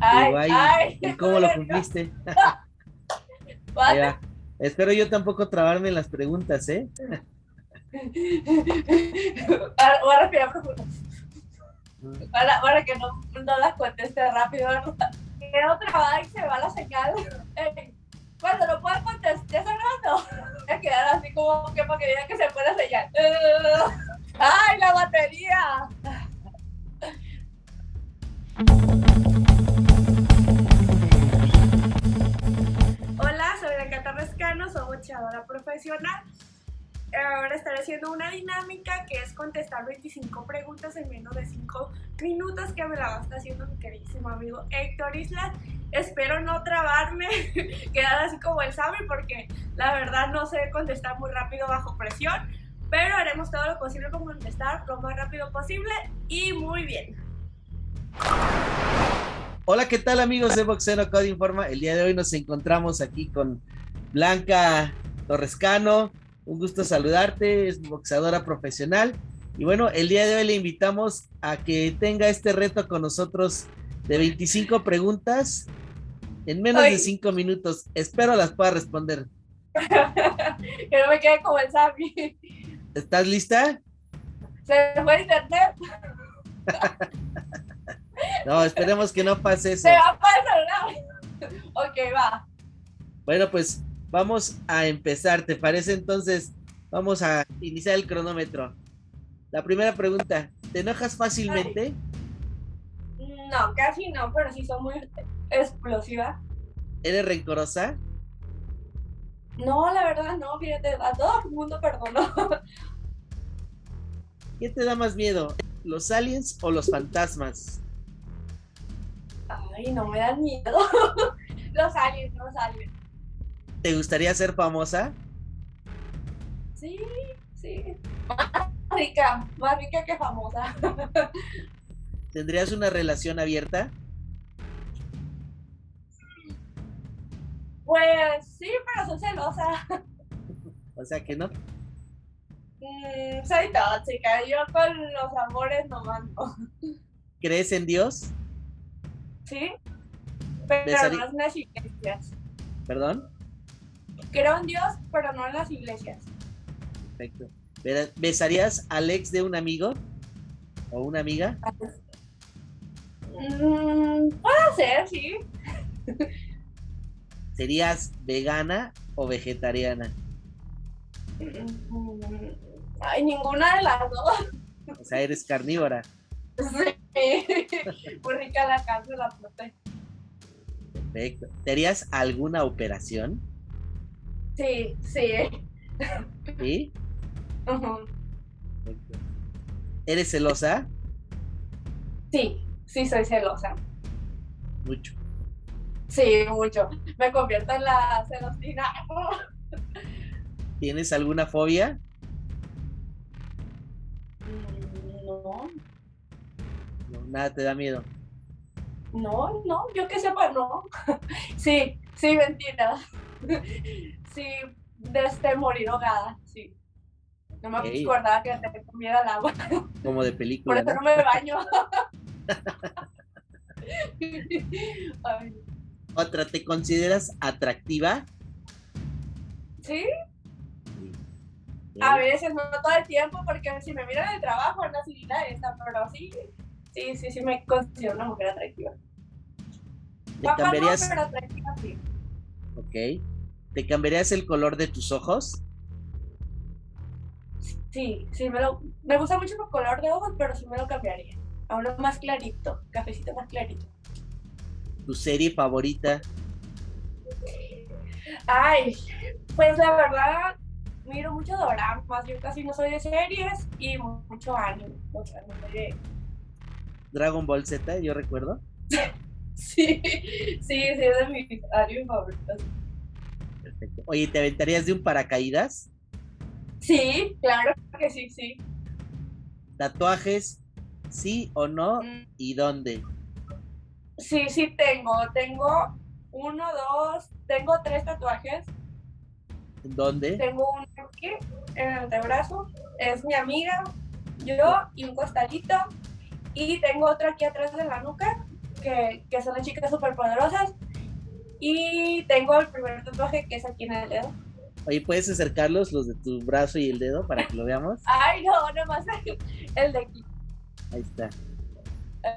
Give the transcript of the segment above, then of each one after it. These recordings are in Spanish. Ay, Guay. ay. ¿Y cómo lo cumpliste? What? Ya. Espero yo tampoco trabarme en las preguntas, ¿eh? Ahora- Voy a respirar profundo. Para, para que no, no las conteste rápido. ¿no? Queda otra vez y se va la señal. Eh, Cuando no puedan contestar, ya está grabando. Se quedar así como que para que digan que se fue la señal. Eh, ¡Ay, la batería! Hola, soy Dakota Rescano, soy boxeadora profesional. Ahora estaré haciendo una dinámica que es contestar 25 preguntas en menos de 5 minutos que me la va a estar haciendo mi queridísimo amigo Héctor Islas. Espero no trabarme, quedar así como él sabe, porque la verdad no sé contestar muy rápido bajo presión, pero haremos todo lo posible por contestar lo más rápido posible y muy bien. Hola, ¿qué tal amigos de Boxero Code Informa? El día de hoy nos encontramos aquí con Blanca Torrescano. Un gusto saludarte, es boxeadora profesional. Y bueno, el día de hoy le invitamos a que tenga este reto con nosotros de 25 preguntas en menos Ay. de 5 minutos. Espero las pueda responder. Que no me quede como el Sammy. ¿Estás lista? Se fue el internet, No, esperemos que no pase eso. se va para el celular. Ok, va. Bueno, pues vamos a empezar, ¿te parece? Entonces, vamos a iniciar el cronómetro. La primera pregunta, ¿te enojas fácilmente? No, casi no, pero sí son muy explosivas. ¿Eres rencorosa? No, la verdad no, fíjate, a todo el mundo perdono. ¿Qué te da más miedo? ¿Los aliens o los fantasmas? Ay, no me dan miedo. Los aliens, los aliens. ¿Te gustaría ser famosa? Sí, sí. Más rica, más rica que famosa. ¿Tendrías una relación abierta? Pues sí, pero soy celosa. O sea que no. Mm, soy tóxica, yo con los amores nomás no. ¿Crees en Dios? ¿Sí? Pero Besari- no en las iglesias. Perdón. Creo en Dios, pero no en las iglesias. Perfecto. Ver- ¿Besarías al ex de un amigo o una amiga? Mm, puede ser, sí. ¿Serías vegana o vegetariana? Mm, Ay, ninguna de las dos. O sea, eres carnívora. Sí, muy rica la carne, la prote. Perfecto. ¿Te harías alguna operación? Sí, sí. Sí. Ujú. Perfecto. ¿Eres celosa? Sí, sí, soy celosa. Mucho. Sí, mucho. Me convierto en la celosina. ¿Tienes alguna fobia? Mm, No, No, nada te da miedo. no, no, yo que sepa, no. Sí, sí, mentira. Sí, desde morir ahogada, sí. No me Ok. acordaba que te comiera el agua, Como de por película, eso no ¿no? me baño. Ay, Otra, ¿te consideras atractiva? sí, Sí. A veces, no todo el tiempo, porque si me miran en el trabajo, no soy la esta, pero sí, sí, sí, sí me considero una mujer atractiva. ¿Te Papá no, cambiarías? pero atractiva sí. Ok. ¿Te cambiarías el color de tus ojos? Sí, sí, me, lo, me gusta mucho el color de ojos, pero sí me lo cambiaría. A uno más clarito, cafecito más clarito. ¿Tu serie favorita? Ay, pues la verdad, miro mucho doramas, yo casi no soy de series y mucho anime. O sea, no soy de- Dragon Ball Z, yo recuerdo. Sí, sí, sí, es de mis anime favoritos. Perfecto. Oye, ¿te aventarías de un paracaídas? Sí, claro que sí, sí. ¿Tatuajes? ¿Sí o no? Mm. ¿Y dónde? Sí, sí tengo. Tengo uno, dos, tengo tres tatuajes. ¿Dónde? Tengo uno aquí en el antebrazo. Es mi amiga, yo y un costalito. Y tengo otro aquí atrás de la nuca que, que son las chicas súper poderosas. Y tengo el primer tatuaje que es aquí en el dedo. Oye, ¿puedes acercarlos, los de tu brazo y el dedo, para que lo veamos? Ay, no, nomás el de aquí. Ahí está.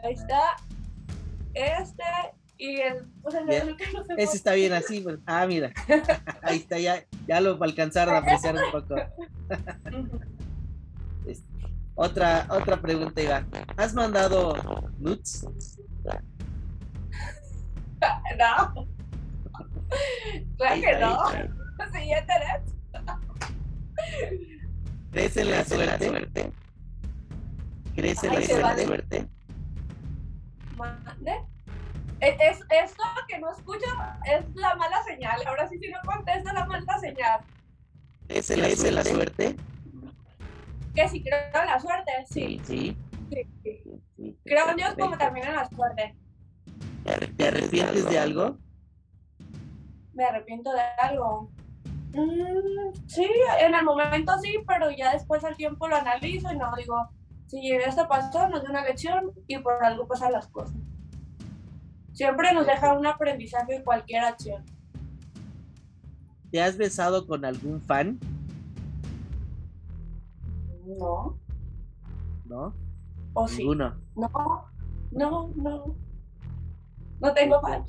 Ahí está. Este y el. Pues el Bien. de Lucas no se Ese está bien así. pues. Ah, mira. Ahí está, ya, ya lo alcanzaron a apreciar un poco. puede. Ujú. Otra, otra pregunta, Iván. ¿Has mandado nudes? No. Claro Ahí que está, no. ahí está. Siguiente, ¿no? ¿Crees en la suerte? ¿Crees en Ay, la se vale. suerte? Mande. Es, es- esto que no escucho es la mala señal. Ahora sí, si no contesta la mala señal. ¿Crees en la ¿Crees en la suerte? Que si creo en la suerte, sí. sí. sí, sí. sí. Creo en Dios como Perfecto. también en la suerte. ¿Te arre- ¿Te arrepientes de algo? Me arrepiento de algo. Mm, sí, en el momento sí, pero ya después al tiempo lo analizo y no digo, si esto pasó, nos dio una lección y por algo pasan las cosas. Siempre nos deja un aprendizaje cualquier acción. ¿Te has besado con algún fan? No, ¿No? o Oh, sí. Ninguno. No, no, no. No tengo fan.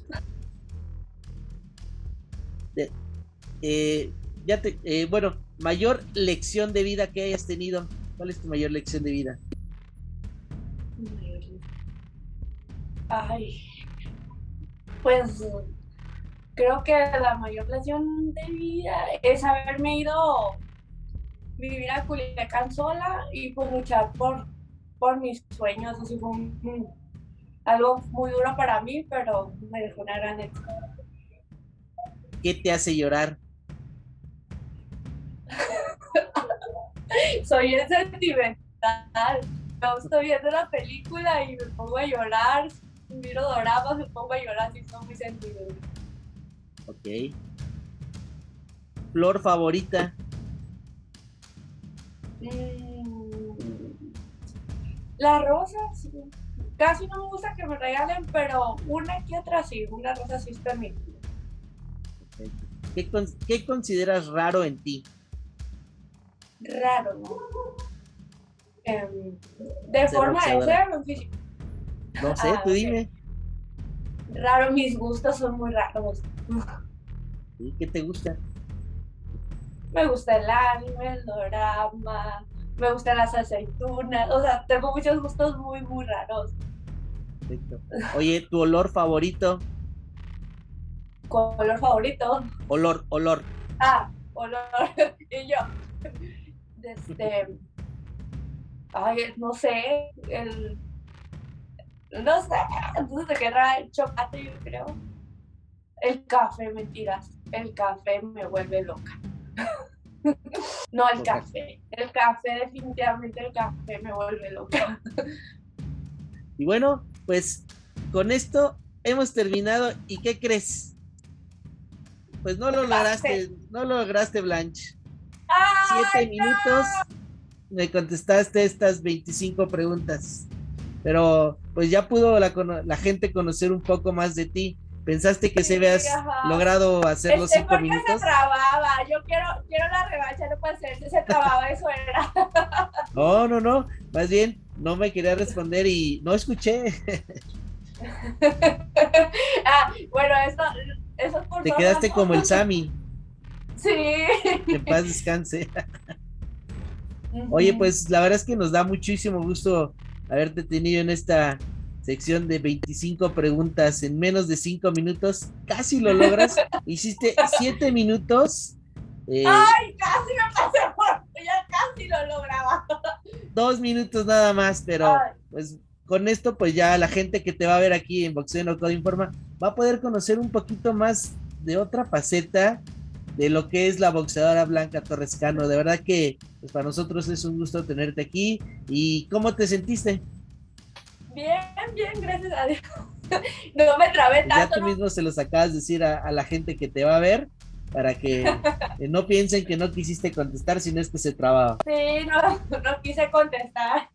Eh, ya te, eh, bueno, mayor lección de vida que hayas tenido. ¿Cuál es tu mayor lección de vida? Ay. Pues creo que la mayor lección de vida es haberme ido vivir a Culiacán sola y pues luchar por, por mis sueños. Así fue un- un- algo muy duro para mí, pero me dejó una gran lección. ¿Qué te hace llorar? soy bien sentimental. Yo estoy viendo la película y me pongo a llorar. Miro doramas, me pongo a llorar. Sí, son muy sentimental. Ok. Flor favorita. Mm, Las rosas, casi no me gusta que me regalen, pero una que otra sí. Una rosa sí es permitida. ¿Qué, con- qué consideras raro en ti? Raro, ¿no? Em, de Ser forma de boxeadora. ser, un físico. No sé, Ah, tú ok. dime. Raro, mis gustos son muy raros. ¿Sí? ¿Qué te gusta? Me gusta el anime, el dorama, me gustan las aceitunas, o sea, tengo muchos gustos muy, muy raros. Perfecto. Oye, tu olor favorito. Color favorito, Olor, olor. ah, olor, y yo. Este, ay, no sé, el, no sé, entonces te quedará el chocolate, yo creo. El café, mentiras, el café me vuelve loca. No, el Ok. café. El café, definitivamente el café me vuelve loca. Y bueno, pues con esto hemos terminado. ¿Y qué crees? Pues no lo lograste, no lo lograste, Blanche. ¡Ay, Siete minutos me contestaste estas 25 preguntas. Pero pues ya pudo la, cono- la gente conocer un poco más de ti. Pensaste que se Sí, habías ajá. logrado hacer los Este, cinco porque minutos. se trababa. Yo quiero, quiero la revancha, no puede ser. Se trababa, eso era. No, no, no. Más bien, no me quería responder y no escuché. ah, bueno, eso, eso es por Te todo, quedaste ¿no? como el Sami. Sí. Que en paz descanse. Oye, pues la verdad es que nos da muchísimo gusto haberte tenido en esta sección de 25 preguntas en menos de 5 minutos. Casi lo logras. Hiciste 7 minutos, eh, ¡Ay, casi me pasé por! Ya casi lo lograba. 2 minutos nada más, pero Ay, pues con esto pues ya la gente que te va a ver aquí en Boxeo No Code Informa va a poder conocer un poquito más de otra faceta de lo que es la boxeadora Blanca Torrescano. De verdad que pues para nosotros es un gusto tenerte aquí. ¿Y cómo te sentiste? bien, bien, gracias a Dios. No me trabé ya tanto, tú no mismo se los acabas de decir a, a la gente que te va a ver para que eh, no piensen que no quisiste contestar, sino es que se trababa. Sí, Pues no, no quise contestar.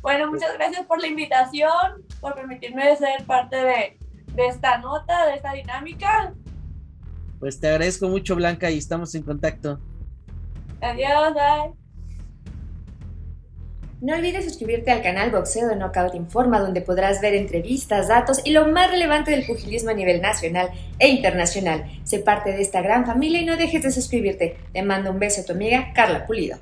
Bueno, muchas gracias por la invitación. por permitirme ser parte de, de esta nota, de esta dinámica. Pues te agradezco mucho, Blanca, y estamos en contacto. Adiós, bye. No olvides suscribirte al canal Boxeo de Knockout Informa, donde podrás ver entrevistas, datos y lo más relevante del pugilismo a nivel nacional e internacional. Sé parte de esta gran familia y no dejes de suscribirte. Te mando un beso a tu amiga Carla Pulido.